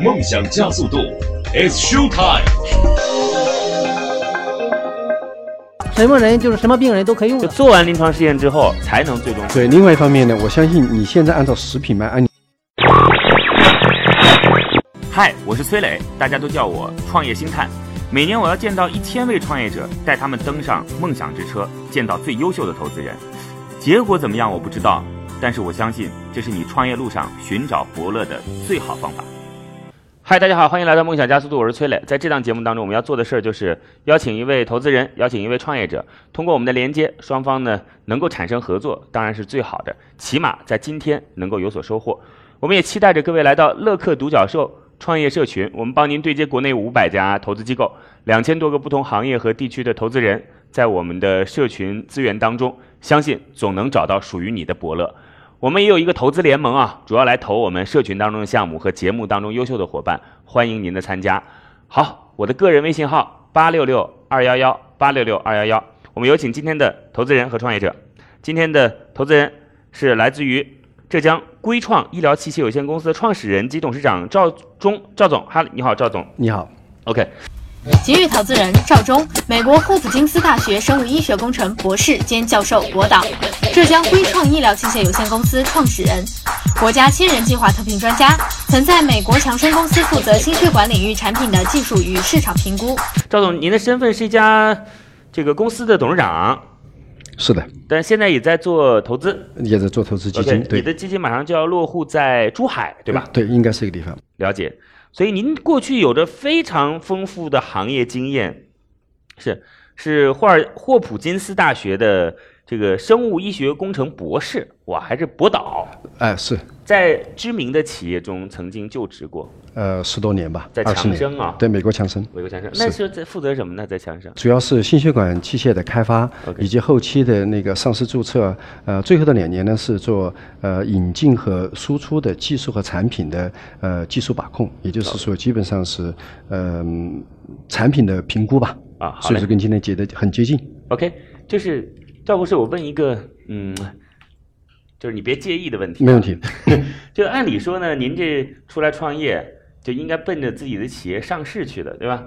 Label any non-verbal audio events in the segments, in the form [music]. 梦想加速度，It's show time。什么人就是什么病人都可以用就的。做完临床试验之后，才能最终对，另外一方面呢，我相信你现在按照食品卖，啊按嗨，我是崔磊，大家都叫我创业星探。每年我要见到一千位创业者，带他们登上梦想之车，见到最优秀的投资人。结果怎么样我不知道，但是我相信这是你创业路上寻找伯乐的最好方法。嗨，大家好，欢迎来到梦想加速度，我是崔磊。在这档节目当中，我们要做的事儿就是邀请一位投资人，邀请一位创业者，通过我们的连接，双方呢能够产生合作，当然是最好的，起码在今天能够有所收获。我们也期待着各位来到乐客独角兽创业社群，我们帮您对接国内五百家投资机构，两千多个不同行业和地区的投资人，在我们的社群资源当中，相信总能找到属于你的伯乐。我们也有一个投资联盟啊，主要来投我们社群当中的项目和节目当中优秀的伙伴，欢迎您的参加。好，我的个人微信号八六六二幺幺八六六二幺幺，我们有请今天的投资人和创业者。今天的投资人是来自于浙江硅创医疗器械有限公司的创始人及董事长赵忠赵总。哈，你好，赵总。你好， OK，吉日投资人赵忠，美国霍普金斯大学生物医学工程博士兼教授，博导，浙江硅创医疗器械有限公司创始人，国家千人计划特聘专家，曾在美国强生公司负责心血管领域产品的技术与市场评估。赵总，您的身份是一家这个公司的董事长，是的，但现在也在做投资。也在做投资基金 OK，对嗯你的基金马上就要落户在珠海，对吧？对，应该是一个地方。了解。所以您过去有着非常丰富的行业经验，是是霍尔霍普金斯大学的这个生物医学工程博士，哇，还是博导，哎，是，在知名的企业中曾经就职过，呃，十多年吧，在二十强年，生啊，对，美国强生，美国强生，是那是在负责什么呢？在强生，主要是心血管器械的开发 OK 以及后期的那个上市注册。呃，最后的两年呢是做呃引进和输出的技术和产品的呃技术把控，也就是说基本上是嗯、产品的评估吧。啊好嘞所以说跟今天结的很接近。 OK，就是赵博士，我问一个，嗯，就是你别介意的问题。啊没问题，就按理说呢，您这出来创业就应该奔着自己的企业上市去的，对吧？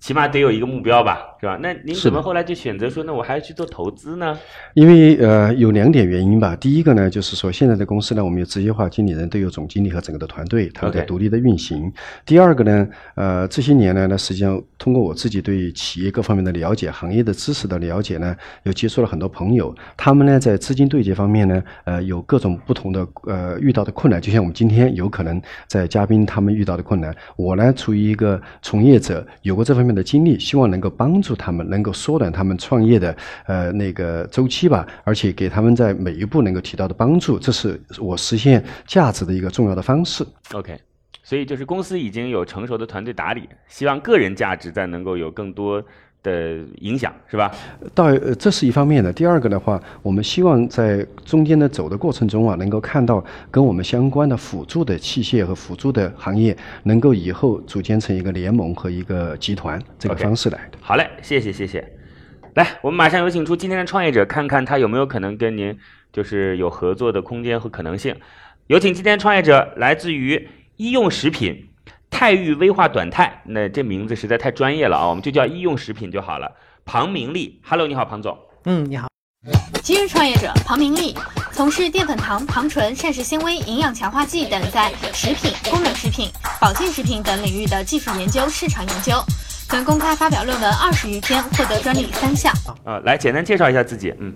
起码得有一个目标吧，是吧？那您是怎的么后来就选择说，那我还要去做投资呢？因为呃有两点原因吧。第一个呢，就是说现在的公司呢，我们有职业化经理人，都有总经理和整个的团队，他们在 OK 独立的运行。第二个呢，呃，这些年来呢，实际上通过我自己对企业各方面的了解、行业的知识的了解呢，有接触了很多朋友，他们呢在资金对接方面呢，呃，有各种不同的呃遇到的困难，就像我们今天有可能在嘉宾他们遇到的困难，我呢处于一个从业者，有过这方面的经历，希望能够帮助他们，能够缩短他们创业的呃那个周期吧，而且给他们在每一步能够提到的帮助，这是我实现价值的一个重要的方式。 OK，所以就是公司已经有成熟的团队打理，希望个人价值再能够有更多的影响，是吧？到呃，这是一方面的。第二个的话，我们希望在中间的走的过程中啊，能够看到跟我们相关的辅助的器械和辅助的行业，能够以后组建成一个联盟和一个集团这个 OK 方式来的。好嘞，谢谢谢谢。来，我们马上有请出今天的创业者，看看他有没有可能跟您就是有合作的空间和可能性。有请今天创业者，来自于医用食品泰裕威化短肽，那这名字实在太专业了啊，我们就叫医用食品就好了。庞明利，Hello，你好，庞总。嗯，你好，今日创业者庞明利从事淀粉糖、糖醇、膳食纤维、营养强化剂等在食品、功能食品、保健食品等领域的技术研究、市场研究，曾公开发表论文二十余篇，获得专利三项。啊，来简单介绍一下自己。嗯，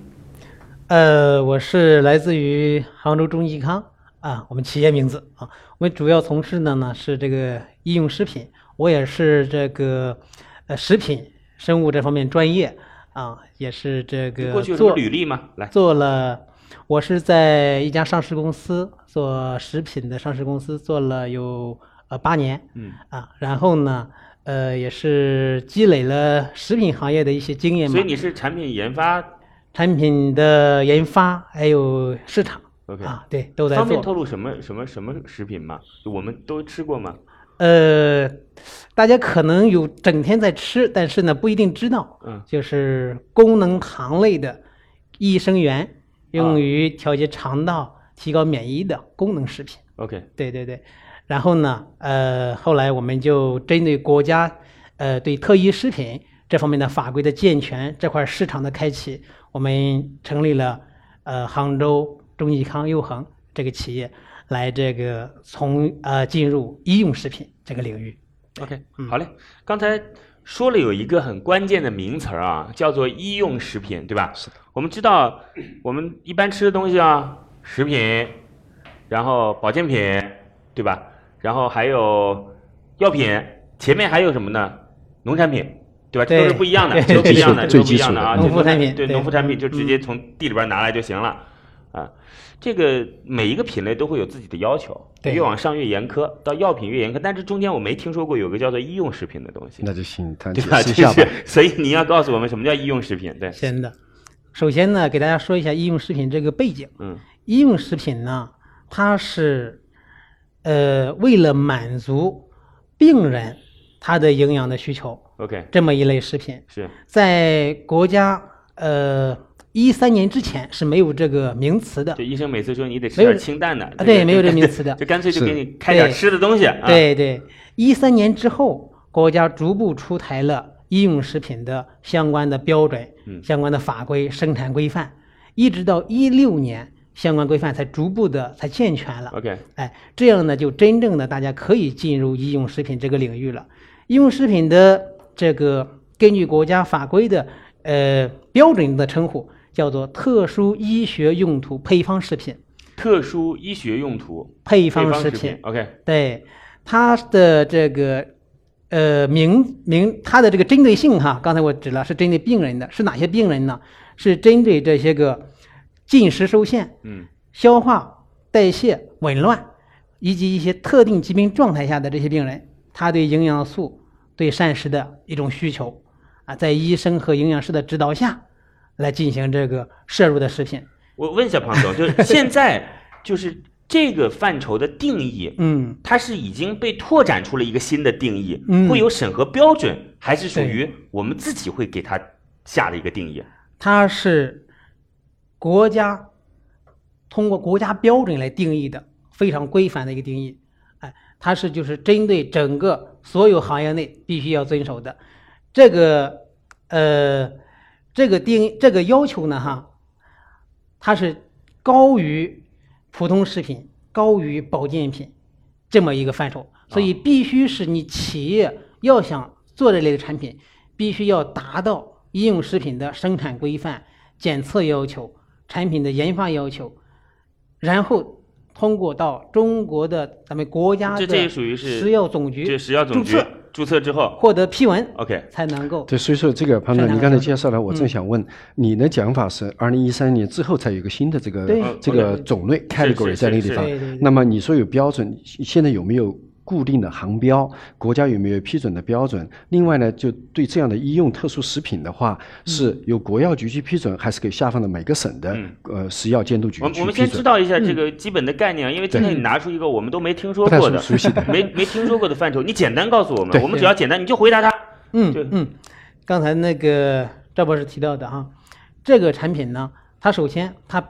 呃，我是来自于杭州中医康啊，我们企业名字啊，我们主要从事的呢是这个医用食品，我也是这个呃食品生物这方面专业啊，也是这你个过去有什么做履历吗？来，做了，我是在一家上市公司做食品的上市公司做了有呃八年，嗯啊，然后呢，呃，也是积累了食品行业的一些经验所嘛以，你是产品研发产品的研发还有市场，OK，啊，对，都在方便做。透露什么什么什么食品吗？就我们都吃过吗？呃，大家可能有整天在吃，但是呢不一定知道，嗯就是功能糖类的益生元，啊用于调节肠道、提高免疫的功能食品。 ，OK，对对对，然后呢，呃，后来我们就针对国家，呃，对特一食品这方面的法规的健全，这块市场的开启，我们成立了呃杭州中益康优恒这个企业，来这个从呃进入医用食品这个领域。 OK，嗯好嘞。刚才说了有一个很关键的名词儿啊，叫做医用食品，对吧？是的。我们知道，我们一般吃的东西啊，食品，然后保健品，对吧？然后还有药品，前面还有什么呢？农产品，对吧？这都是对不一样的，对这都不一样的， [laughs] 这最都不基一础样的啊。础的最基这农副产品对对嗯农副产品就直接从地里边拿来就行了。啊，这个每一个品类都会有自己的要求，对越往上越严苛，到药品越严苛，但是中间我没听说过有个叫做医用食品的东西，那就请他 [laughs] 对解吧？释这一下吧是。，所以你要告诉我们什么叫医用食品，对，真的，首先呢，给大家说一下医用食品这个背景。嗯，医用食品呢，它是呃为了满足病人他的营养的需求， OK，这么一类食品，是在国家呃一三年之前是没有这个名词的就。医生每次说你得吃没有点清淡的，啊这个对没有这名词的 [laughs] 就干脆就是给你开点对吃的东西，啊，对对，一三年之后，国家逐步出台了医用食品的相关的标准、嗯相关的法规、生产规范，一直到一六年，相关规范才逐步的才健全了。 ，OK，哎，这样呢，就真正的大家可以进入医用食品这个领域了。医用食品的这个根据国家法规的呃标准的称呼叫做特殊医学用途配方食品，特殊医学用途配配方食食品。 ，OK，对它的这个呃名名，它的这个针对性哈，刚才我指了是针对病人的，是哪些病人呢？是针对这些个进食受限、嗯消化代谢紊乱，以及一些特定疾病状态下的这些病人，他对营养素、对膳食的一种需求啊，在医生和营养师的指导下来进行这个摄入的食品。我问一下庞总，就是现在 [laughs] 就是这个范畴的定义，嗯，它是已经被拓展出了一个新的定义，嗯会有审核标准，还是属于我们自己会给它下的一个定义？它是国家通过国家标准来定义的，非常规范的一个定义。哎，它是就是针对整个所有行业内必须要遵守的这个呃这个定这个要求呢哈，它是高于普通食品、高于保健品这么一个范畴，所啊以必须是你企业要想做这类的产品，必须要达到医用食品的生产规范、检测要求、产品的研发要求，然后通过到中国的咱们国家这的这也属于是食药总局这食药总注局哦册注册之后获得批文，OK，才能够对，所以说这个潘总，生产你刚才嗯合作介绍了，我正想问，你的讲法是二零一三年之后才有一个新的这对个嗯这我个了种类 category 是在那个是地方对对对。那么你说有标准，现在有没有固定的航标？国家有没有批准的标准？另外呢，就对这样的医用特殊食品的话，是由国药局去批准，还是给下放到每个省的嗯呃食药监督局我们去嗯我们批先知准？道一下这个基本的概念，啊因为今天你拿出一个我们都没听说过不的太熟悉的、 [laughs] 没没听说过的范畴，你简单告诉我们，对我们只要简单，你就回答它。嗯对嗯，刚才那个赵博士提到的哈，这个产品呢，它首先它，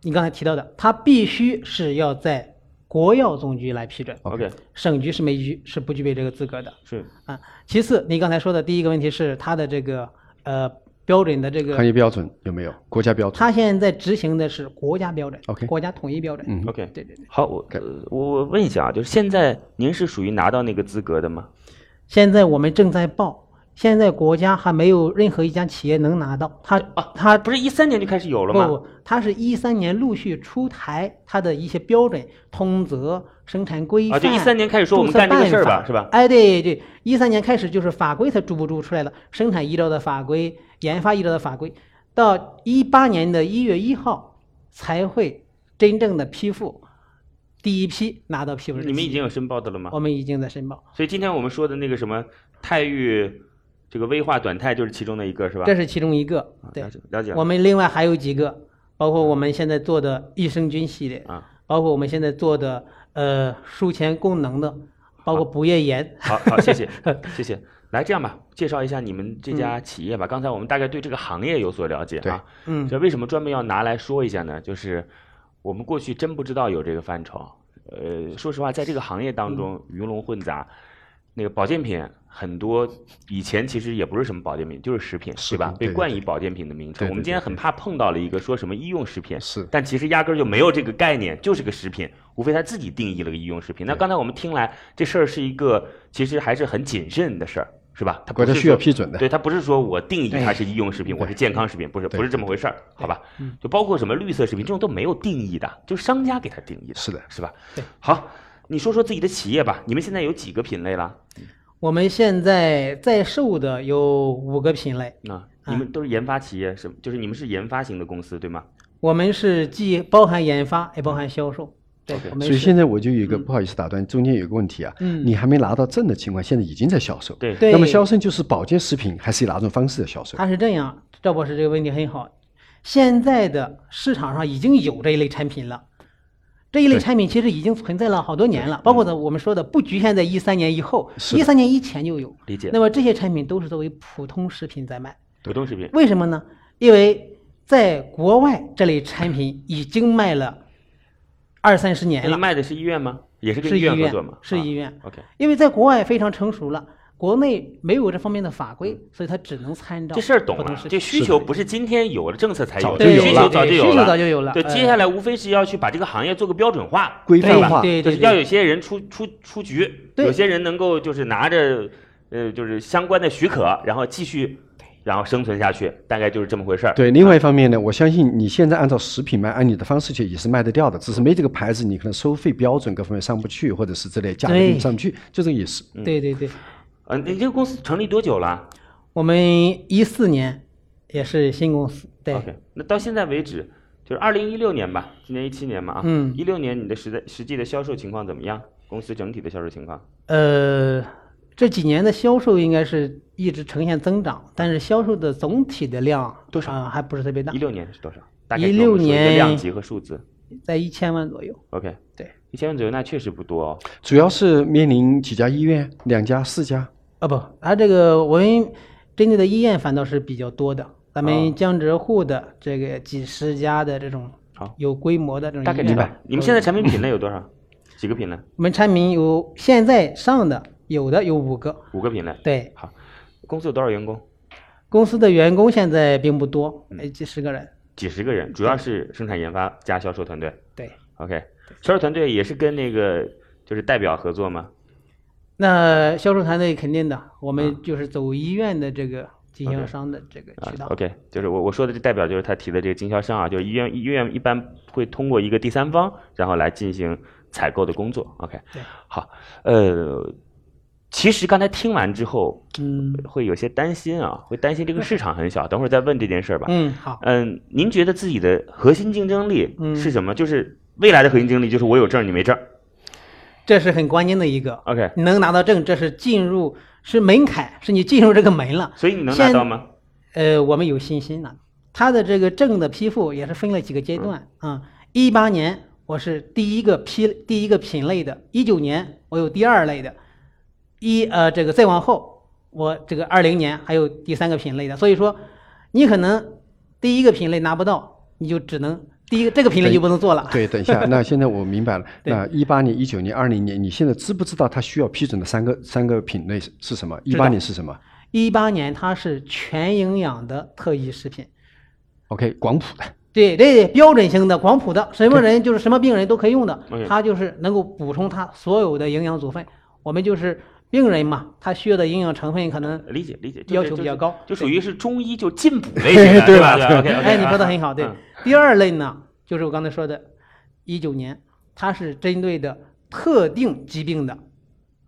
你刚才提到的，它必须是要在国药总局来批准， OK，省局是没具是不具备这个资格的是啊。其次，你刚才说的第一个问题是它的这个呃标准的这行个，业标准有没有？国家标准？它现在执行的是国家标准 OK 国家统一标准，嗯 OK。对对对。好，我呃我我问一下啊，就是现在您是属于拿到那个资格的吗？现在我们正在报，现在国家还没有任何一家企业能拿到，它啊它不是一三年就开始有了吗？不不，它是一三年陆续出台它的一些标准、通则、生产规啊范。就13年开始说我们注册干这个事儿吧办法是吧哎，对对，一三年开始就是法规它逐步逐步出来了，生产医疗的法规、研发医疗的法规，到一八年的一月一号才会真正的批复第一批拿到批复日期。你们已经有申报的了吗？我们已经在申报，所以今天我们说的那个什么泰玉，这个危化短肽就是其中的一个，是吧？这是其中一个啊。对了，解了解了我们另外还有几个，包括我们现在做的益生菌系列啊，包括我们现在做的呃术前功能的，包括补液盐。好好，谢 [laughs] 谢谢谢。来，这样吧，介绍一下你们这家企业吧。刚才我们大概对这个行业有所了解啊。嗯这为什么专门要拿来说一下呢？就是我们过去真不知道有这个范畴，呃，说实话，在这个行业当中鱼龙混杂，那个保健品很多以前其实也不是什么保健品，就是食品，是吧？的被对对冠对以保健品的名称。对我对们对今天对很怕碰到了一个说什么医用食品，是但其实压根儿就没有这个概念，就是个食品，无非他自己定义了个医用食品。那刚才我们听来，这事儿是一个其实还是很谨慎的事儿，是吧？它不国家是需要说批准的对，它不是说我定义它对是医用食品，我对是健康食品，不是，对嗯不是这么回事儿，好吧？就包括什么绿色食品这种都没有定义的，就是商家给它定义的，是的是吧对？好，你说说自己的企业吧，你们现在有几个品类了？我们现在在售的有五个品类，啊，你们都是研发企业，是就是你们是研发型的公司对吗？我们是既包含研发，也包含销售。对，我们所以现是在我就有一个嗯不好意思打断，中间有一个问题啊，嗯你还没拿到证的情况，现在已经在销售。对，对啊那么销售就是保健食品，还是以哪种方式的销售？它是这样，赵博士这个问题很好。现在的市场上已经有这一类产品了，这一类对产品其实已经存在了好多年了，包括呢我们说的不局限在一三年以后，是的一三年以前就有。理解那。么这些产品都是作为普通食品在卖，普通食品为什么呢？因为在国外这类产品已经卖了二三十年那你了，卖的是医院吗？也是哎跟是医医院合院作吗？是啊医院 OK，因为在国外非常成熟了，国内没有这方面的法规，所以它只能参照嗯这事儿懂普通了食，这品需求不是今天有了政策才有早的，就有需了求早就有了，需求早就有了对，哎接下来无非是要去把这个行业做个标准化，规对范吧化，对就对是对，要有些人出出出局，对有些人能够就是拿着呃就是相关的许可，然后继续然后生存下去，大概就是这么回事儿。对，另外一方面呢，我相信你现在按照食品卖，按你的方式去也是卖得掉的，只是没这个牌子，你可能收费标准各方面上不去，或者是之类价格对定不上去，就这个意思。对对对，嗯，你这个公司成立多久了我们一四年也是新公司，对？OK，那到现在为止就是二零一六年吧，今年一七年嘛啊，嗯一六年你的实在实际的销售情况怎么样？公司整体的销售情况？呃，这几年的销售应该是一直呈现增长，但是销售的总体的量多少啊还不是特别大一，六年是多少？大概16给我们说一个年量级和数字。在一千万左右。 OK，对，一千万左右那确实不多哦。主要是面临几家医院，两家、[laughs] 四家，啊不，它这个我们针对的医院反倒是比较多的，咱啊们江浙沪的这个几十家的这种好有规模的这种大医概院，知道。你嗯们现在产品品类有多少？几个品类？我们产品有现在上的有的有五个，五个品类。对，好，公司有多少员工？公司的员工现在并不多，嗯哎，几十个人，几十个人，主要是生产研发加销售团队。对。 OK，销售团队也是跟那个就是代表合作吗？那销售团队肯定的，我啊们就是走医院的这个经 OK 销商的这个啊渠道。 OK，就是我我说的这代表就是他提的这个经销商啊，就是医院医院一般会通过一个第三方，然后来进行采购的工作。OK，对好，呃，其实刚才听完之后嗯会有些担心啊，会担心这个市场很小。等会儿再问这件事儿吧。嗯，好，嗯，您觉得自己的核心竞争力嗯是什么？就是未来的核心竞争力，就是我有证儿你没证儿。这是很关键的一个。 OK，你能拿到证，这是进入是门槛，是你进入这个门了。所以你能拿现到吗？呃，我们有信心了。他的这个证的批复也是分了几个阶段啊。一八年我是第一个批第一个品类的，一九年我有第二类的，一呃这个再往后我这个二零年还有第三个品类的。所以说，你可能第一个品类拿不到，你就只能第一个这个品类就不能做了。对，等一下，那现在我明白了。对那一八年、一九年、二零年，你现在知不知道它需要批准的三个三个品类是是什么？一知道八年是什么一八年它是全营养的特异食品， ？OK，广谱的。对，这标准型的、广谱的，什么人就是什么病人都可以用的 OK，它就是能够补充它所有的营养组分。我们就是病人嘛，他需要的营养成分可能理解理解，就是要求比较高。就属于是中医就进补 [laughs] 类型的，对吧？吧对吧，OK，哎，你说的很好。嗯对，第二类呢，就是我刚才说的，一九年，它是针对的特定疾病的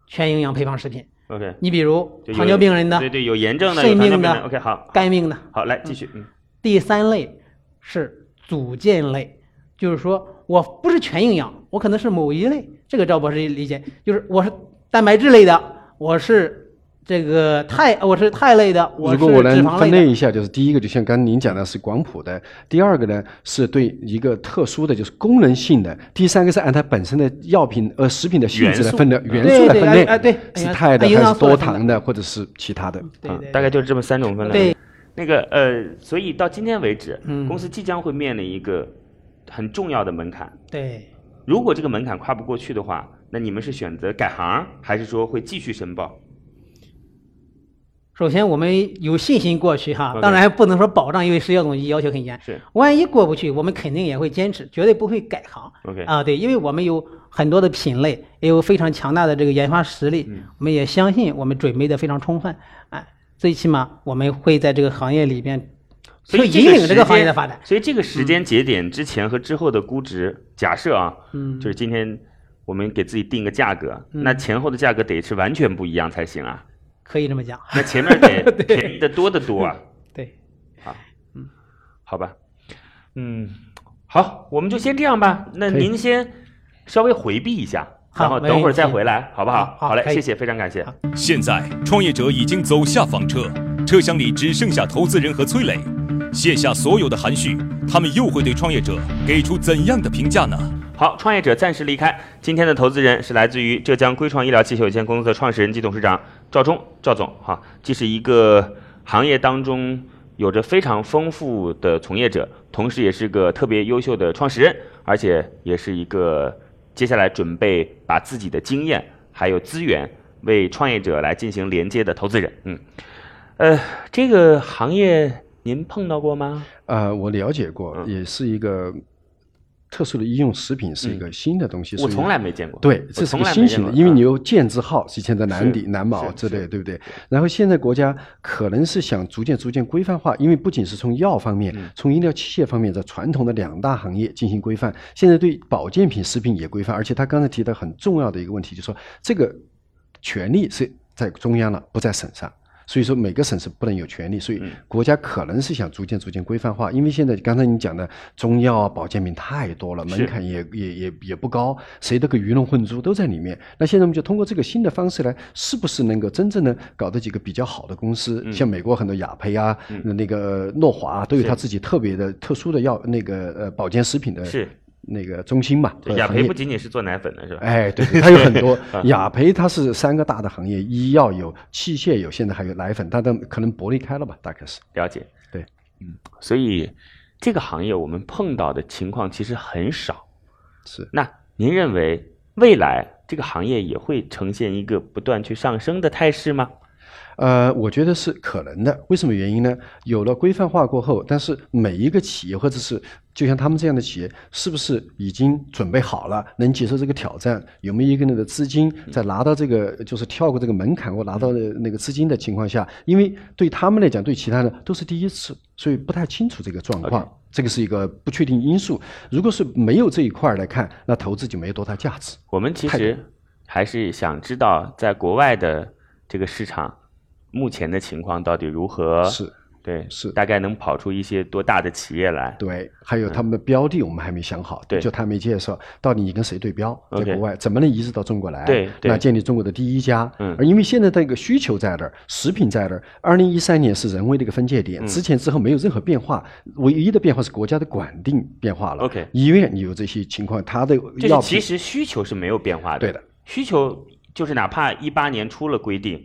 全营养配方食品。 ，OK，你比如就有糖尿病人的对、对，有炎症的，有肾糖尿病病的的。OK，好，肝病的，好，来继续，嗯，第三类是组件类，就是说我不是全营养，我可能是某一类。这个赵博士理解，就是我是蛋白质类的，我是这个肽，我是肽类的，我如是果我脂能肪分类类的。一下，就是第一个，就像刚刚您讲的是广谱的；第二个呢是对一个特殊的，就是功能性的；第三个是按它本身的药品呃食品的性质来分的元素素来对对分类，哎哎对是哎肽的哎营还养是素来多分的糖的，或者是其他的。对啊对大概就是这么三种分类。对，那个呃，所以到今天为止，嗯公司即将会面临一个很重要的门槛，对，如果这个门槛跨不过去的话，那你们是选择改行，还是说会继续申报？首先，我们有信心过去哈， OK 当然不能说保障，因为食药总局要求很严。是万一过不去，我们肯定也会坚持，绝对不会改行。 OK 啊，对，因为我们有很多的品类，也有非常强大的这个研发实力，嗯我们也相信我们准备的非常充分。哎，最起码我们会在这个行业里边，所会以引领这这个个行行业业的发展。所以这个时间节点之前和之后的估值，假设啊，嗯就是今天我们给自己定个价格，嗯那前后的价格得是完全不一样才行啊。可以这么讲。那前面得对便宜的多得多啊，对，好吧？嗯，好，我们就先这样吧。那可以您先稍微回避一下，好然后没问等会儿再题回来，好不好？好好嘞，可以谢谢，非常感谢。好现在创业者已经走下房车，车厢里只剩下投资人和崔磊。卸下所有的含蓄，他们又会对创业者给出怎样的评价呢？好，创业者暂时离开。今天的投资人是来自于浙江硅创医疗器械有限公司的创始人及董事长赵忠，赵总哈，既是一个行业当中有着非常丰富的从业者，同时也是个特别优秀的创始人，而且也是一个接下来准备把自己的经验还有资源为创业者来进行连接的投资人。嗯，呃，这个行业您碰到过吗？呃，我了解过，嗯也是一个特殊的医用食品，嗯是一个新的东西。我所以从来没见过。对，我这是从个来没新见型的，过因为嗯你有健字号，之前的是南鼎、南是宝之类，是对不对？然后现在国家可能是想逐渐逐渐规范化，因为不仅是从药方面、嗯从医疗器械方面的传统的两大行业进行规范，现在对保健品、食品也规范。而且他刚才提到很重要的一个问题，就是说这个权利是在中央了，不在省上。所以说每个省是不能有权利，所嗯以国家可能是想逐渐逐渐规范化，因为现在刚才你讲的中药啊、保健品太多了，是门槛也也也也不高，谁都可以鱼龙混珠都在里面。那现在我们就通过这个新的方式来，是不是能够真正的搞到几个比较好的公司？嗯像美国很多雅培啊、那个诺华啊，都有是它自己特别的、特殊的药那个呃保健食品的是那个中心嘛。对呃雅行培业不仅仅是做奶粉的是吧？哎， [laughs] 对，它有很多雅培，它是三个大的行业，医药有，器械有，现在还有奶粉，但它可能薄利开了吧，大概是。了解，对，嗯，所以这个行业我们碰到的情况其实很少。是，那您认为未来这个行业也会呈现一个不断去上升的态势吗？呃，我觉得是可能的。为什么原因呢？有了规范化过后，但是每一个企业或者是就像他们这样的企业，是不是已经准备好了，能接受这个挑战？有没有一个人的资金在拿到这个就是跳过这个门槛或拿到的那个资金的情况下？因为对他们来讲，对其他人都是第一次，所以不太清楚这个状况。这个是一个不确定因素。如果是没有这一块儿来看，那投资就没有多大价值。我们其太多实还是想知道，在国外的这个市场目前的情况到底如何？是，对，是大概能跑出一些多大的企业来？对，还有他们的标的我们还没想好，嗯对就他没介绍到底你跟谁对标，在 OK 国外怎么能移植到中国来？对对那建立中国的第一家。嗯而因为现在这个需求在那儿，食品在那儿。二零一三年是人为的一个分界嗯点，之前之后没有任何变化，唯一的变化是国家的管定变化了。 OK 医院有这些情况，它的就药是品其实需求是没有变化的。对的，需求就是哪怕一八年出了规定，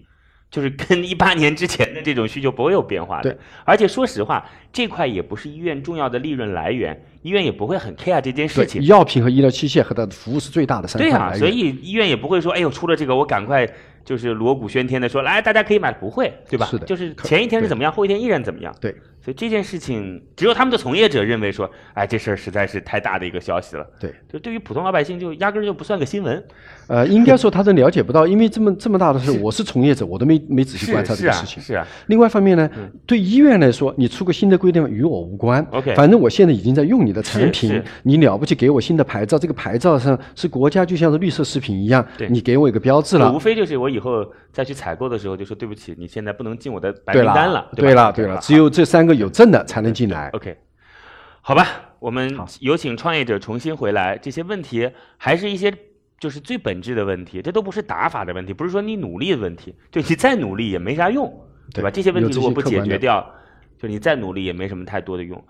就是跟一八年之前的这种需求不会有变化的。对，而且说实话，这块也不是医院重要的利润来源，医院也不会很 care 这件事对情。药品和医疗器械和它的服务是最大的三对块啊，来所源。以医院也不会说，哎呦，出了这个我赶快就是锣鼓喧天的说，来大家可以买，不会，对吧？是的就是前一天是对怎么样，后一天依然怎么样。对所以这件事情，只有他们的从业者认为说，哎，这事儿实在是太大的一个消息了。对，就对于普通老百姓，就压根儿就不算个新闻。呃，应该说他都了解不到，因为这么这么大的事，我是从业者，我都没没仔细观察这个事情。是啊，是啊另外一方面呢，对医院来说，你出个新的规定与我无关。 OK 反正我现在已经在用你的产是品是，你了不起给我新的牌照，这个牌照上是国家就像是绿色食品一样对，你给我一个标志无了。非就是我以后再去采购的时候，就说对不起，你现在不能进我的白对名单了了，，对吧？了，对了，只有这三个有证的才能进来。 OK，好吧，我们好有请创业者重新回来。这些问题还是一些就是最本质的问题，这都不是打法的问题，不是说你努力的问题，就你再努力也没啥用，对吧？对这些问有题这如果些不客解观决的掉，就你再努力也没什么太多的用。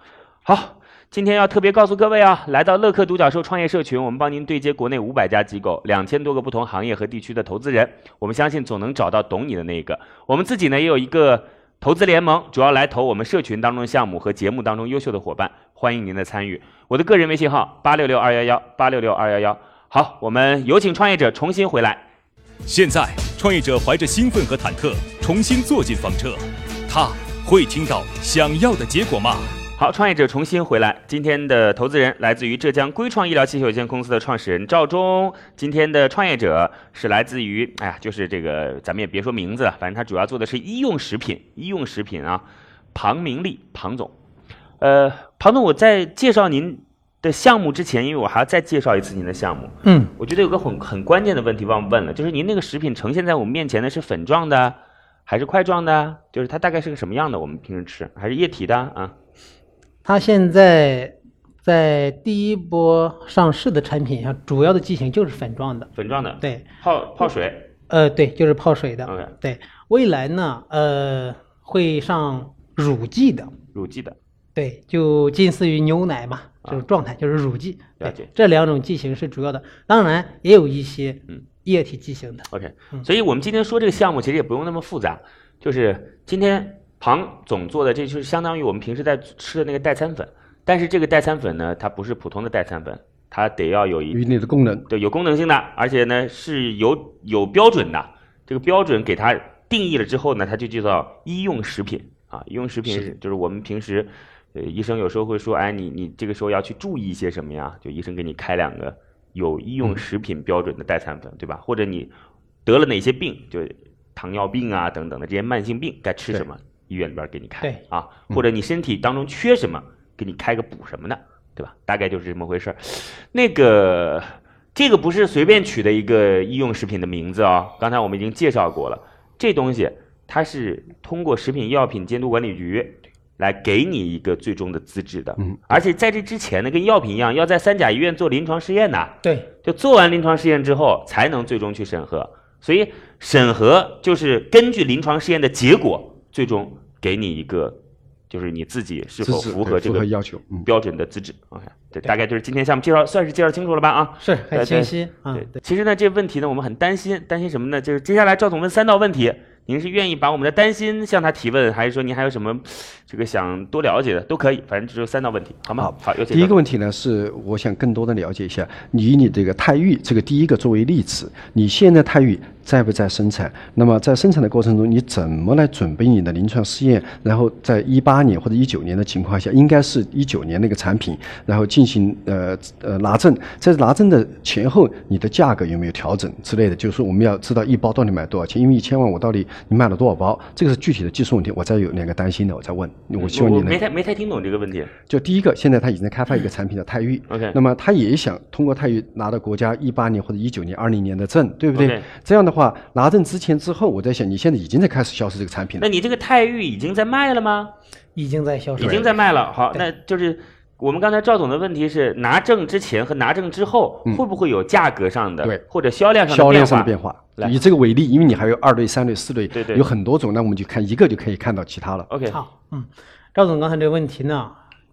好。今天要特别告诉各位啊，来到乐客独角兽创业社群，我们帮您对接国内五百家机构、两千多个不同行业和地区的投资人，我们相信总能找到懂你的那一个。我们自己呢也有一个投资联盟主要来投我们社群当中的项目和节目当中优秀的伙伴，欢迎您的参与。我的个人微信号八六六二幺幺八六六二幺幺。好，我们有请创业者重新回来。现在，创业者怀着兴奋和忐忑，重新坐进房车，他会听到想要的结果吗？好，创业者重新回来。今天的投资人来自于浙江硅创医疗器械有限公司的创始人赵忠。今天的创业者是来自于，哎呀，就是这个，咱们也别说名字了，反正他主要做的是医用食品，医用食品啊，庞明利，庞总。呃，庞总，我在介绍您的项目之前，因为我还要再介绍一次您的项目，嗯，我觉得有个很很关键的问题忘问了，就是您那个食品呈现在我们面前的是粉状的，还是块状的？就是它大概是个什么样的？我们平时吃还是液体的啊？它现在在第一波上市的产品上，主要的机型就是粉状的，粉状的，对，泡泡水呃，对，就是泡水的。 OK 对，未来呢，呃，会上乳剂的，乳剂的，对，就近似于牛奶嘛，这啊种状态就是乳剂。了对解，这两种剂型是主要的，当然也有一些嗯液体剂型的。 OK，嗯所以我们今天说这个项目其实也不用那么复杂，就是今天庞总做的，这就是相当于我们平时在吃的那个代餐粉，但是这个代餐粉呢，它不是普通的代餐粉，它得要有一与你的功能对有功能性的，而且呢是有有标准的，这个标准给它定义了之后呢，它就叫做医用食品啊，医用食品是是就是我们平时。呃，医生有时候会说，哎，你你这个时候要去注意一些什么呀？就医生给你开两个有医用食品标准的代餐粉，对吧？或者你得了哪些病，就糖尿病啊等等的这些慢性病，该吃什么，医院里边给你开对啊，或者你身体当中缺什么，给你开个补什么的，对吧？大概就是这么回事儿。那个这个不是随便取的一个医用食品的名字啊、刚才我们已经介绍过了，这东西啊它是通过食品医药品监督管理局。来给你一个最终的资质的，嗯而且在这之前呢，跟药品一样，要在三甲医院做临床试验呢，对，就做完临床试验之后，才能最终去审核。所以审核就是根据临床试验的结果，最终给你一个，就是你自己是资否质符对合这符合个要求，嗯，标准的资质。OK，这大概就是今天项目介绍，算是介绍清楚了吧？啊，是很对对清晰啊。嗯对对，，其实呢，这问题呢，我们很担心，担心什么呢？就是接下来赵总问三道问题，您是愿意把我们的担心向他提问，还是说您还有什么这个想多了解的都可以，反正只有三道问题，好吗？好好，有请第一个赵总问题呢，是我想更多的了解一下，你以你这个泰裕这个第一个作为例子，你现在泰裕在不在生产？那么在生产的过程中，你怎么来准备你的临床试验？然后在一八年或者一九年的情况下，应该是一九年那个产品，然后进行呃呃拿证，在拿证的前后，你的价格有没有调整之类的？就是说我们要知道一包到底买多少钱，因为一千万我到底你卖了多少包？这个是具体的技术问题，我再有两个担心的，我再问。我希望我你我没能嗯太没太听懂这个问题。就第一个，现在他已经在开发一个产品叫泰裕嗯 OK 那么他也想通过泰裕拿到国家一八年或者一九年、二零年的证，对不对 OK 这样的话，拿证之前之后，我在想，你现在已经在开始销售这个产品那了，你这个泰裕已经在卖了吗？已经在销售已了，经在卖了。好，那就是我们刚才赵总的问题是，拿证之前和拿证之后嗯会不会有价格上的，对或者销量上的销量变上化的？变化来。以这个为例，因为你还有二类、三类、四类，对对有很多种，那我们就看一个就可以看到其他了。 OK，好，嗯，赵总刚才这个问题呢，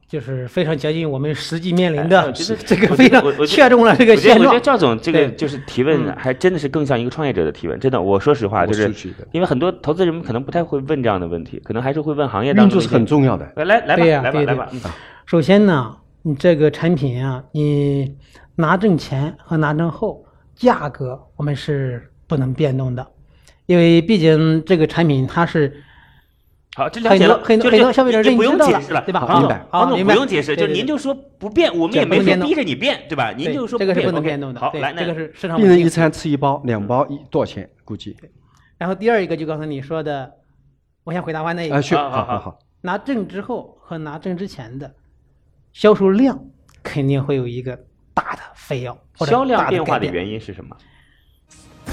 就是非常接近我们实际面临哎的我觉得 [laughs] 这个我非觉得常我我觉得确中了这我个觉现得我状觉得。赵总这个对就是提问，还真的是更像一个创业者的提问。真的，我说实话，我就是数据的因为很多投资人可能不太会问这样的问题，可能还是会问行业当运作中的一是些。很重要的。来来来吧，对呀来吧，对来对吧。嗯首先呢，你这个产品啊，你拿证前和拿证后价格我们是不能变动的，因为毕竟这个产品它是好，这了解了，很多很多就这很多消费者这不认知用到解了释了，对吧明庞总白，庞总明不白用解释，对就对您对就说不变，我们这也个没不能变说动逼着你变，对吧？您对就说这个是不能 OK 变动的，好，对来，那这个是市场病人稳一定餐吃一包，两包一多少钱？估计？然后第二一个就刚才你说的，我先回答完那一啊，个，去，哎好好好好好好，拿证之后和拿证之前的销售量肯定会有一个大的飞跃，或者销量大变化改的变。原因是什么？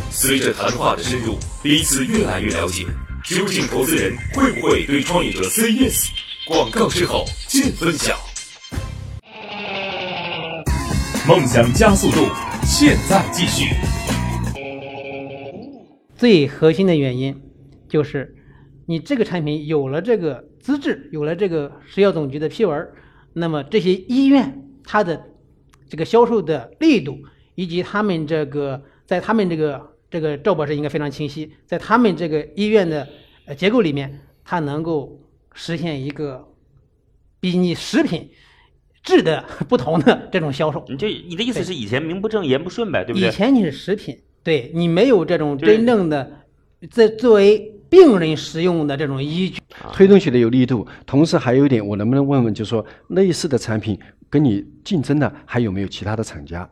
随着谈话的深入，彼此越来越了解，究竟投资人会不会对创业者 say yes？广告之后见分晓。梦想加速度，现在继续。最核心的原因就是你这个产品有了这个资质，有了这个食药总局的批文儿，那么这些医院它的这个销售的力度，以及他们这个在他们这个这个赵博士应该非常清晰，在他们这个医院的呃结构里面，它能够实现一个比你食品质的 [laughs] 不同的这种销售。你这你的意思对是以前名不正言不顺呗，对不以对？前你是食品，对你没有这种就是真正的在作为病人食用的这种依据。啊推动起来有力度。同时还有一点，我能不能问问，就是说类似的产品跟你竞争的还有没有其他的厂家？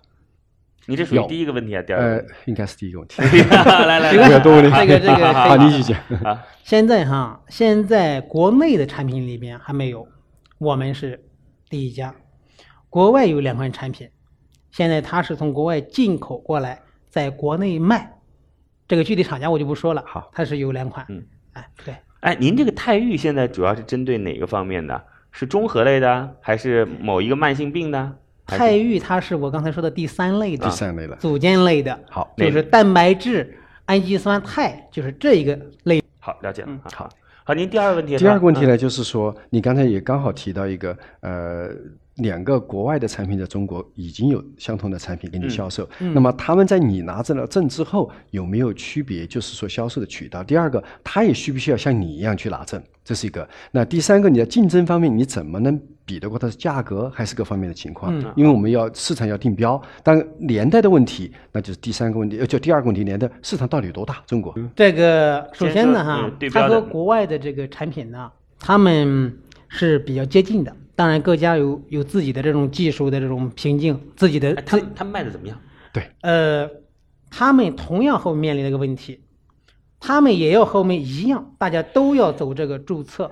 你这属于有第一个问题啊，第二个呃问题。，应该是第一个问题。 [laughs] 来来这来个不要多问了 [laughs] 这个这个啊，你继续。啊，现在哈，现在国内的产品里边还没有，我们是第一家。国外有两款产品，现在它是从国外进口过来，在国内卖。这个具体厂家我就不说了，好，它是有两款。嗯，哎，对，哎，您这个泰玉现在主要是针对哪个方面的？是综合类的，还是某一个慢性病的？还是泰玉它是我刚才说的第三类的第三类了，组件类的，好，哪就是蛋白质、氨基酸、肽，就是这一个类。好，了解了嗯。好，好，您第二个问题是吧。第二个问题嗯呢，就是说你刚才也刚好提到一个呃。两个国外的产品在中国已经有相同的产品给你销售，那么他们在你拿着了证之后有没有区别？就是说销售的渠道。第二个，他也需不需要像你一样去拿证？这是一个。那第三个，你在竞争方面你怎么能比得过它的价格还是各方面的情况？嗯因为我们要市场要定标，但年代的问题，那就是第三个问题，呃，就第二个问题，年代市场到底有多大？中国，这个首先呢，哈嗯对，标它的和国外的这个产品呢，他们是比较接近的。当然，各家有有自己的这种技术的这种瓶颈，自己的哎他们他们卖的怎么样？呃，他们同样后面临了一个问题，他们也要和我们一样，大家都要走这个注册、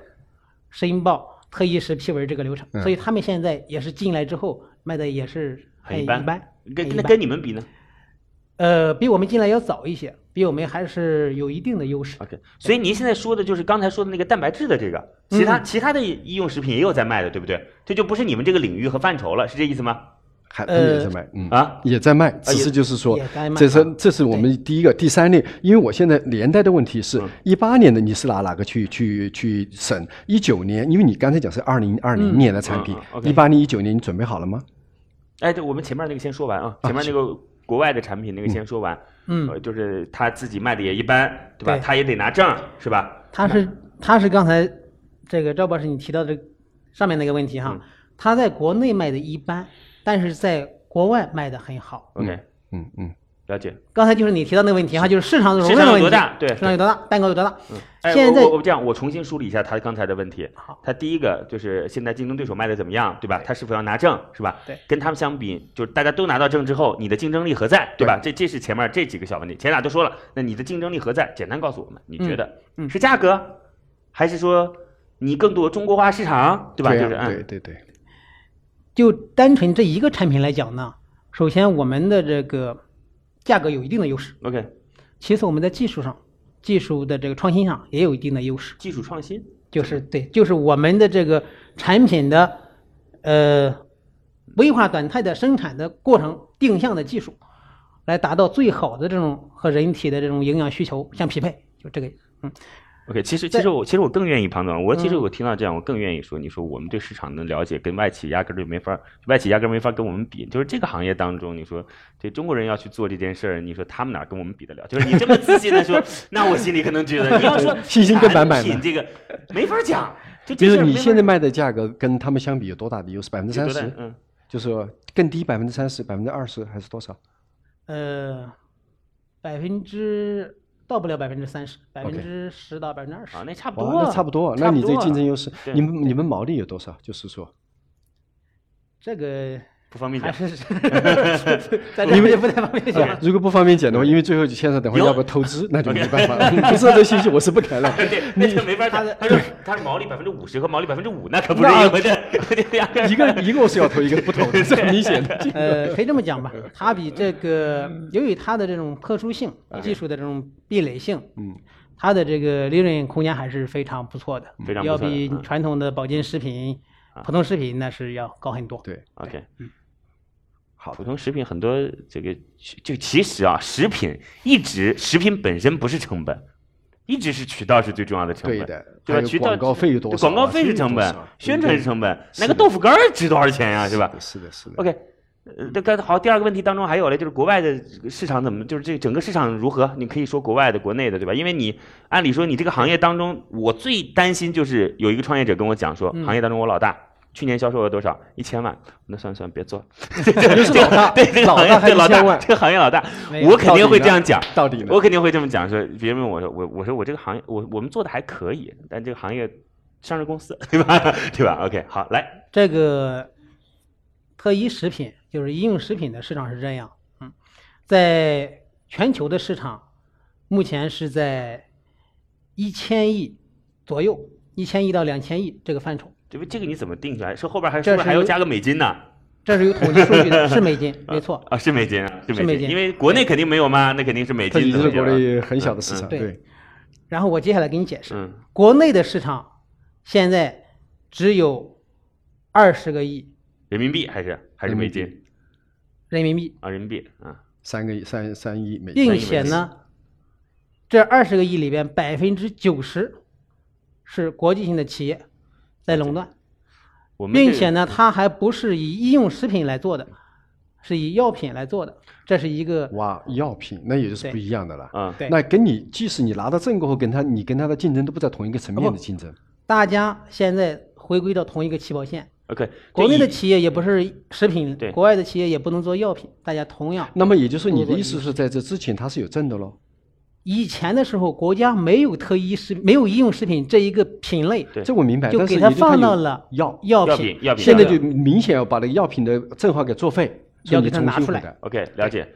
申报、特一时批文这个流程，嗯所以他们现在也是进来之后卖的也是哎很一一般很跟一那般跟你们比呢呃，比我们进来要早一些，比我们还是有一定的优势。 ？OK，所以您现在说的就是刚才说的那个蛋白质的这个，其嗯他其他的医用食品也有在卖的，对不对？这就不是你们这个领域和范畴了，是这意思吗？还他们也呃在卖，嗯啊，也在卖，只是就是说也在，卖这啊是这是我们第一个、第三类，因为我现在年代的问题是嗯，一八年的你是拿哪个去去去审？一九年，因为你刚才讲是二零二零年的产品嗯嗯，OK 一八年、一九年你准备好了吗？哎，对，我们前面那个先说完啊，前面那个国外的产品那个先说完，嗯呃，就是他自己卖的也一般，对吧？对他也得拿证，是吧？他是他是刚才这个赵博士你提到的上面那个问题嗯哈，他在国内卖的一般，但是在国外卖的很好。 OK，嗯嗯，了解。刚才就是你提到那个问题哈，就是市场的容市量场问有多题，大对市场有多大，蛋糕有多大。哎，现在我我我这样，我重新梳理一下他刚才的问题好。他第一个就是现在竞争对手卖的怎么样，对吧？他是否要拿证，是吧？对跟他们相比，就是大家都拿到证之后，你的竞争力何在，对吧？这这是前面这几个小问题，前俩都说了，那你的竞争力何在？简单告诉我们，你觉得嗯嗯是价格，还是说你更多中国化市场，对吧？就是对啊对嗯，对对，就单纯这一个产品来讲呢，首先我们的这个价格有一定的优势， OK，其次我们在技术上、技术的这个创新上也有一定的优势。技术创新，就是对，就是我们的这个产品的呃微化短态的生产的过程定向的技术，来达到最好的这种和人体的这种营养需求相匹配，就这个 OK，其实在其实我其实我更愿意庞总，我其实嗯我听到这样，我更愿意说，你说我们对市场的了解跟外企压根儿就没法儿，外企压根儿没法跟我们比，就是这个行业当中，你说这中国人要去做这件事儿，你说他们哪儿跟我们比得了？就是你这么自信 [laughs] 的说，那我心里可能觉得你要说信心更满满的产品这个没法儿讲，就这就事是儿你没法现在儿卖的价格跟他们相比有多大的优势？百分之就三多大十，嗯，就是说更低百分之三十、百分之二十还是多少？呃百分之到不了百分之三十，百 OK 分之十到百分之二十啊，。那差不哇多，那差不多。差那不你这多竞争优势，对你们你们毛利有多少？就是说，这个不方便还是讲。[laughs] 在这因里为也不太方便啊讲。如果不方便讲的话，因为最后现在等会有要不透支，那就没办法 [laughs] 了。不知道这信息我是不敢了。对，那就没法儿讲。他说他是毛利百分之五十和毛利百分之五，那可不是那一 [laughs] 回事儿。 [laughs] 这压根儿一个一个我是要投，一个不投的，这很明显的。 [laughs] 呃，可以这么讲吧，它比这个嗯由于它的这种特殊性、哎技术的这种壁垒性，嗯，它的这个利润空间还是非常不错的，非常不要错的比嗯啊传统的保健食品、普通食品那是要高很多。 [laughs] 对，嗯 OK，好普通食品很多这个就其实啊，食品一直啊食品本身不是成本，一直是渠道是最重要的成本。对的对还吧？有渠道广告费有多对少啊广告费费用是成多本少，宣传是成本，是那个的豆腐干儿值多少钱呀、是吧是的，是的。 ？OK，呃，这刚好第二个问题当中还有嘞，就是国外的市场怎么，就是这整个市场如何？你可以说国外的、国内的，对吧？因为你按理说你这个行业当中，我最担心就是有一个创业者跟我讲说，嗯行业当中我老大。去年销售额多少？一千万。那算算，别做 [laughs] 了。就是老大 [laughs] 对这个老大行业，还对老一千大，万这个行业老大，没有我肯定会这样讲。到底呢我？肯定会这么讲，说别人问我说我我说我这个行业我我们做的还可以，但这个行业上市公司对吧 [laughs] 对吧？OK 好来这个特一食品就是医用食品的市场是这样，嗯，在全球的市场目前是在一千亿左右，一千亿到两千亿这个范畴，这不这个你怎么定出来？说后边还这是不是还是要加个美金呢？这是有统计数据的，是美金，没错。啊是美金啊是是美美金，金因为国内肯定没有嘛，那肯定是美它金也的是东西国了。内很小的市场，对对，然后我接下来给你解释，嗯国内的市场现在只有二十个亿人民币还是还是美人金人民币，啊人民币啊三个亿三三亿美金，并且呢，这二十个亿里边百分之九十是国际性的企业在垄断，我们这并且呢，它还不是以医用食品来做的，是以药品来做的，这是一个哇，药品那也就是对不一样的了。啊对那跟你，即使你拿到证过后，跟他你跟他的竞争都不在同一个层面的竞争。大家现在回归到同一个起跑线。 OK 国内的这一企业也不是食品对，国外的企业也不能做药品，大家同样。那么也就是说，你的意思是在这之前他是有证的喽？以前的时候，国家没有特医食，没有医用食品这一个品类，对这我明白，就但是给也它就它放到有了药，药药品品。药品现在药就品明显要把那个药品的证号给作废，所要以给你它重拿新出回来 OK 了解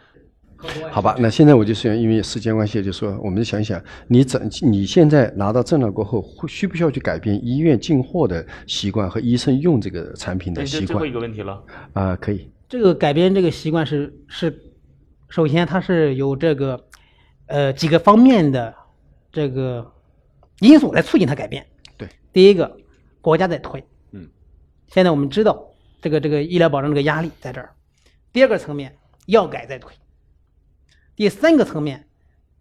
好吧，那现在我就是因为时间关系，就说我们就想一想，啊你整你现在拿到证了过后，会需不需要去改变医院进货的习惯和医生用这个产品这的是习最后惯一？个问题了啊、可以，这个改变这个习惯是是，首先它是有这个呃几个方面的这个因素来促进它改变。对，第一个，国家在推，嗯，现在我们知道这个这个医疗保障这个压力在这儿。第二个层面，药改在推。第三个层面，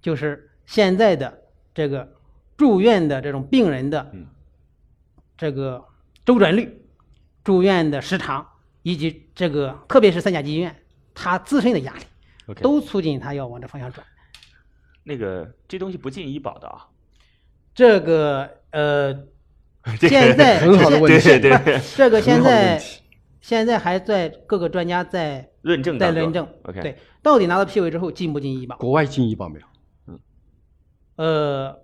就是现在的这个住院的这种病人的嗯这个周转率、住院的时长以及这个特别是三甲级医院它自身的压力， OK 都促进它要往这方向转。那个这东西不进医保的啊这个呃， [laughs] 这个现在很好的问对题对对 [laughs] 这个现很好的问在题现在还在各个专家在论证在当中论证 OK 对，到底拿到 P 位之后进不进医保？国外进医保没有？呃，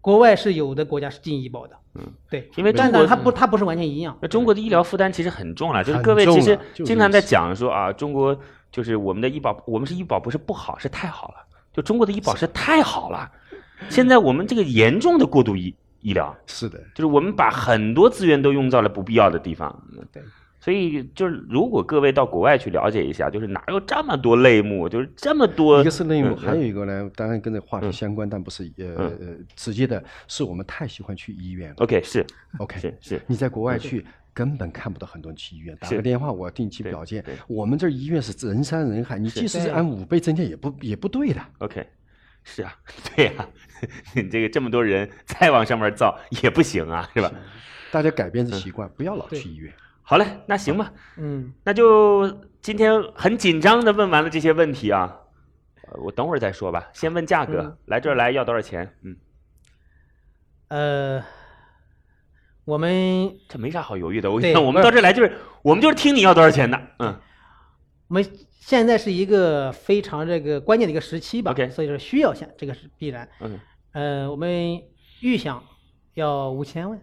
国外是有的国家是进医保的，嗯，对，因为但中国但它不它不是完全一样，那中国的医疗负担其实很重了，就是很各位重其了实就是经常在讲说啊，中国就是我们的医保，我们是医保不是不好，是太好了。就中国的医保是太好了，现在我们这个严重的过度医医疗，是的，就是我们把很多资源都用到了不必要的地方。嗯对，所以就是如果各位到国外去了解一下，就是哪有这么多类目，就是这么多一个是内幕，嗯还有一个呢，当然跟这话题嗯相关，但不是呃嗯呃直接的，是我们太喜欢去医院了。 OK 是 OK，是是你在国外去根本看不到很多人去医院，打是个电话我定期对表见对。我们这儿医院是人山人海，你即使对按五倍增加也不也不对的。 OK，是啊， [laughs] 对啊，你这个这么多人再往上面造也不行啊，是吧？大家改变这习惯，不要老对去医院。好嘞，那行吧，嗯，那就今天很紧张的问完了这些问题啊，呃我等会儿再说吧，先问价格，嗯来这儿来要多少钱？嗯，呃，我们这没啥好犹豫的，我对看 [laughs] 我不们是到这儿来就是我们就是听你要多少钱的，嗯我们现在是一个非常这个关键的一个时期吧 OK 所以说需要下这个是必然，嗯，呃，我们预想要五千万，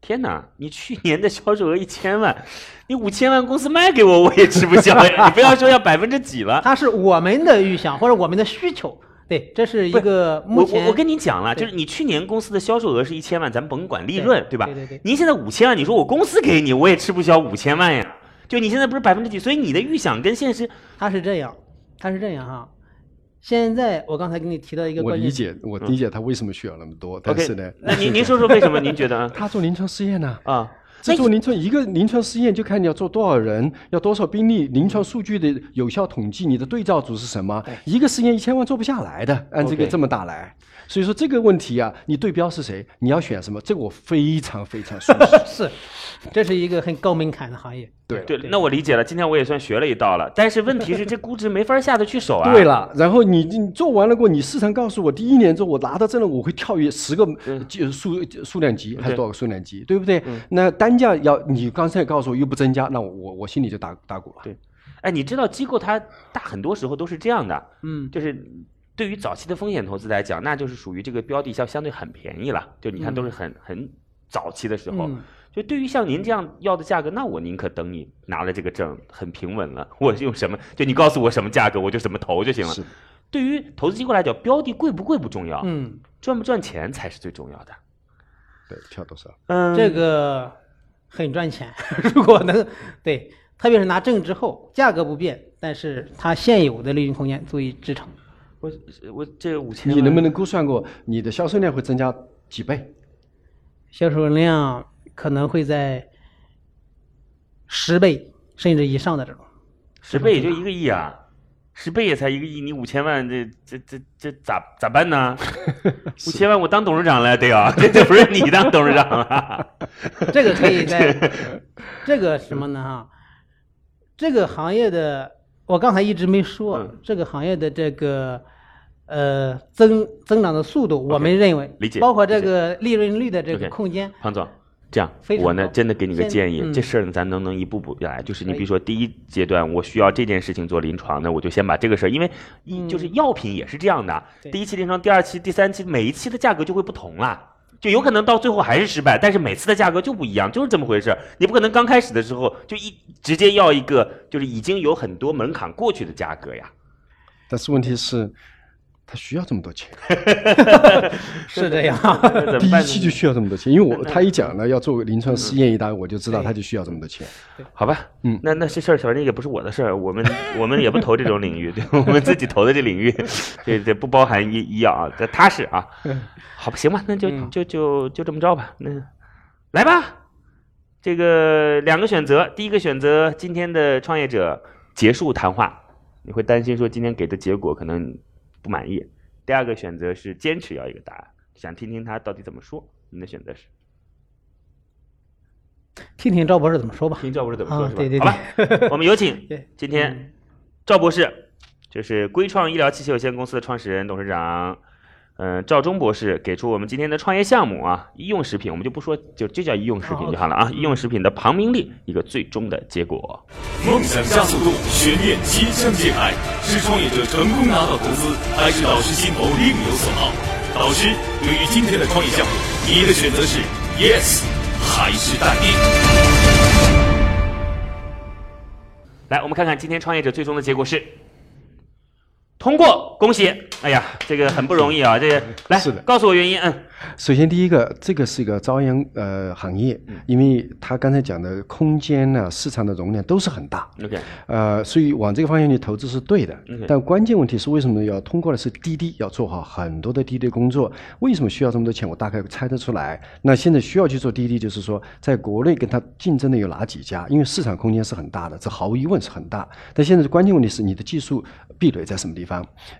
天哪，你去年的销售额一千万，你五千万公司卖给我我也吃不消 [laughs] 呀，你不要说要百分之几了。它是我们的预想或者我们的需求，对，这是一不是个我目前我我跟你讲了，对就是你去年公司的销售额是一千万，咱甭管利润，对对吧？对对对您现在五千万，你说我公司给你，我也吃不消五千万呀。就你现在不是百分之几，所以你的预想跟现实，它是这样，它是这样哈。现在我刚才跟你提到一个我关键理解，我理解他为什么需要那么多，但 OK，是呢，那您您说说为什么您觉得啊他做临床试验呢，啊？这做临床一个临床试验就看你要做多少人，要多少兵力，临床数据的有效统计，你的对照组是什么？一个试验一千万做不下来的，按这个 OK 这么打来。所以说这个问题啊，你对标是谁，你要选什么，这个我非常非常熟 [laughs] 悉。是，这是一个很高门槛的行业。对了对，那我理解了，今天我也算学了一道了。但是问题是，这估值没法下得去手啊。对了，然后你你做完了过，你市场告诉我，第一年做我拿到证了，我会跳跃十个就数数量级还是多少个数量级，对不对？那单价要你刚才也告诉我又不增加，那我我我心里就打打鼓了。对哎，你知道机构它大很多时候都是这样的，嗯，就是对于早期的风险投资来讲，那就是属于这个标的相相对很便宜了。就你看，都是很、很早期的时候。嗯就对于像您这样要的价格，那我宁可等你拿了这个证很平稳了，我用什么就你告诉我什么价格，我就什么投就行了是。对于投资机构来讲，标的贵不贵不重要，嗯，赚不赚钱才是最重要的。对，跳多少？嗯这个很赚钱， [laughs] 如果能对，特别是拿证之后，价格不变，但是它现有的利润空间足以支撑。我我这五千，你能不能估算过你的销售量会增加几倍？销售量可能会在十倍甚至以上的这种。十倍也就一个亿啊，十倍也才一个亿，你五千万这这这这咋咋办呢？五千万我当董事长了得啊， [laughs] 这这不是你当董事长了，这个可以 [laughs] 在这个什么呢？哈，这个行业的我刚才一直没说，嗯这个行业的这个呃增增长的速度，我们认为理解包括这理解个利润率的这 OK 个空间，庞总。这样非，常我呢好真的给你个先建议，嗯这事儿呢咱能不能一步步来？就是你可以比如说第一阶段，我需要这件事情做临床，那我就先把这个事儿，因为一就是药品也是这样的，嗯对第一期临床、第二期、第三期，每一期的价格就会不同啦。就有可能到最后还是失败，但是每次的价格就不一样，就是这么回事儿。你不可能刚开始的时候就一直接要一个就是已经有很多门槛过去的价格呀。 [laughs] 但是问题是，他需要这么多钱，是这样。那怎 [laughs] 第么办一呢期就需要这么多钱，因为我他一讲呢要做个临床试验一单，我就知道他就需要这么多钱。好吧，嗯那那这事儿反正也不是我的事儿，我们我们也不投这种领域，对，我们自己投的这领域， [laughs] 这这不包含医医药啊，这踏实啊，好吧，行吧，那就嗯就就就这么着吧，那来吧，这个两个选择，第一个选择今天的创业者结束谈话，你会担心说今天给的结果可能不满意，第二个选择是坚持要一个答案，想听听他到底怎么说，你的选择是听听赵博士怎么说吧。听赵博士怎么说啊是，吧？对对好吧。对，我们有请 [laughs] 对今天赵博士，就是硅创医疗器械有限公司的创始人、董事长，嗯、赵忠博士给出我们今天的创业项目啊，医用食品，我们就不说，就就叫医用食品就好了嗯啊，医用食品的旁名利一个最终的结果。梦想加速度，悬念即将揭开，是创业者成功拿到投资，还是导师心头另有所好？导师，对于今天的创业项目，你的选择是 yes 还是待定？来，我们看看今天创业者最终的结果是通过，恭喜！哎呀，这个很不容易啊，这嗯个来是的告诉我原因，嗯，首先，第一个，这个是一个朝阳呃行业，因为他刚才讲的空间呢、市场的容量都是很大， OK，呃，所以往这个方向去投资是对的。但关键问题是，为什么要通过的是滴滴，要做好很多的滴滴工作？为什么需要这么多钱？我大概猜得出来。那现在需要去做滴滴，就是说，在国内跟它竞争的有哪几家？因为市场空间是很大的，这毫无疑问是很大。但现在的关键问题是，你的技术壁垒在什么地方？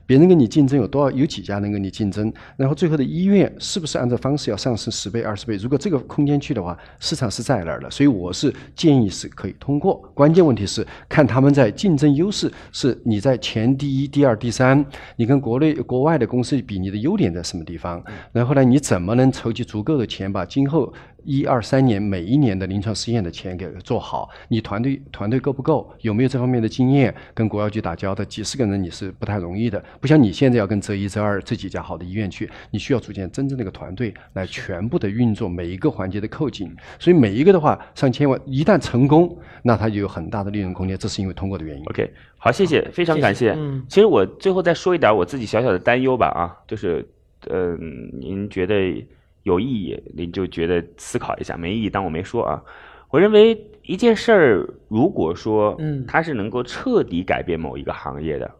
别人跟你竞争有多少？有几家能跟你竞争？然后最后的医院是不是按照方式要上升十倍、二十倍？如果这个空间去的话，市场是在那儿的，所以我是建议是可以通过。关键问题是看他们在竞争优势是你在前第一、第二、第三，你跟国内国外的公司比，你的优点在什么地方？然后呢，你怎么能筹集足够的钱，把今后一二三年每一年的临床试验的钱给做好？你团队团队够不够？有没有这方面的经验？跟国药局打交道，几十个人你是不太容易的，不像你现在要跟浙一、浙二这几家好的医院去，你需要组建真正的一个团队来全部的运作每一个环节的扣紧。所以每一个的话，上千万一旦成功，那它就有很大的利润空间，这是因为通过的原因。 OK，好，谢谢，非常感谢。嗯其实我最后再说一点我自己小小的担忧吧，啊，就是，嗯、您觉得有意义，您就觉得思考一下；没意义，当我没说啊。我认为一件事儿，如果说，嗯它是能够彻底改变某一个行业的，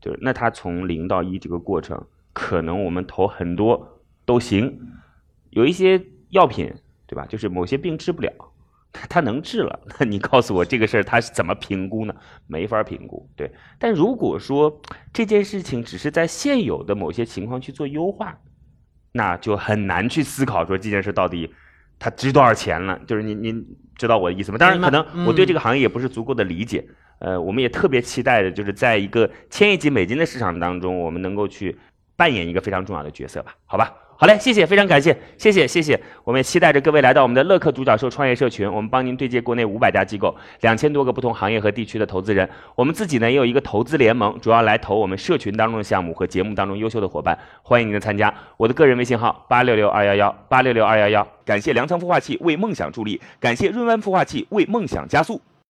就是那它从零到一这个过程，可能我们投很多都行，有一些药品，对吧？就是某些病治不了，他能治了， [laughs] 那你告诉我这个事儿他是怎么评估呢？没法评估，对。但如果说这件事情只是在现有的某些情况去做优化，那就很难去思考说这件事到底它值多少钱了。就是您您知道我的意思吗？当然，明白可能我对嗯这个行业也不是足够的理解。呃，我们也特别期待的就是在一个千亿级美金的市场当中，我们能够去扮演一个非常重要的角色吧？好吧。好嘞，谢谢，非常感谢，谢谢，谢谢。我们也期待着各位来到我们的乐客独角兽创业社群，我们帮您对接国内五百家机构，两千多个不同行业和地区的投资人。我们自己呢也有一个投资联盟，主要来投我们社群当中的项目和节目当中优秀的伙伴，欢迎您的参加。我的个人微信号八六六二幺幺八六六二幺幺。感谢粮仓孵化器为梦想助力，感谢润湾孵化器为梦想加速。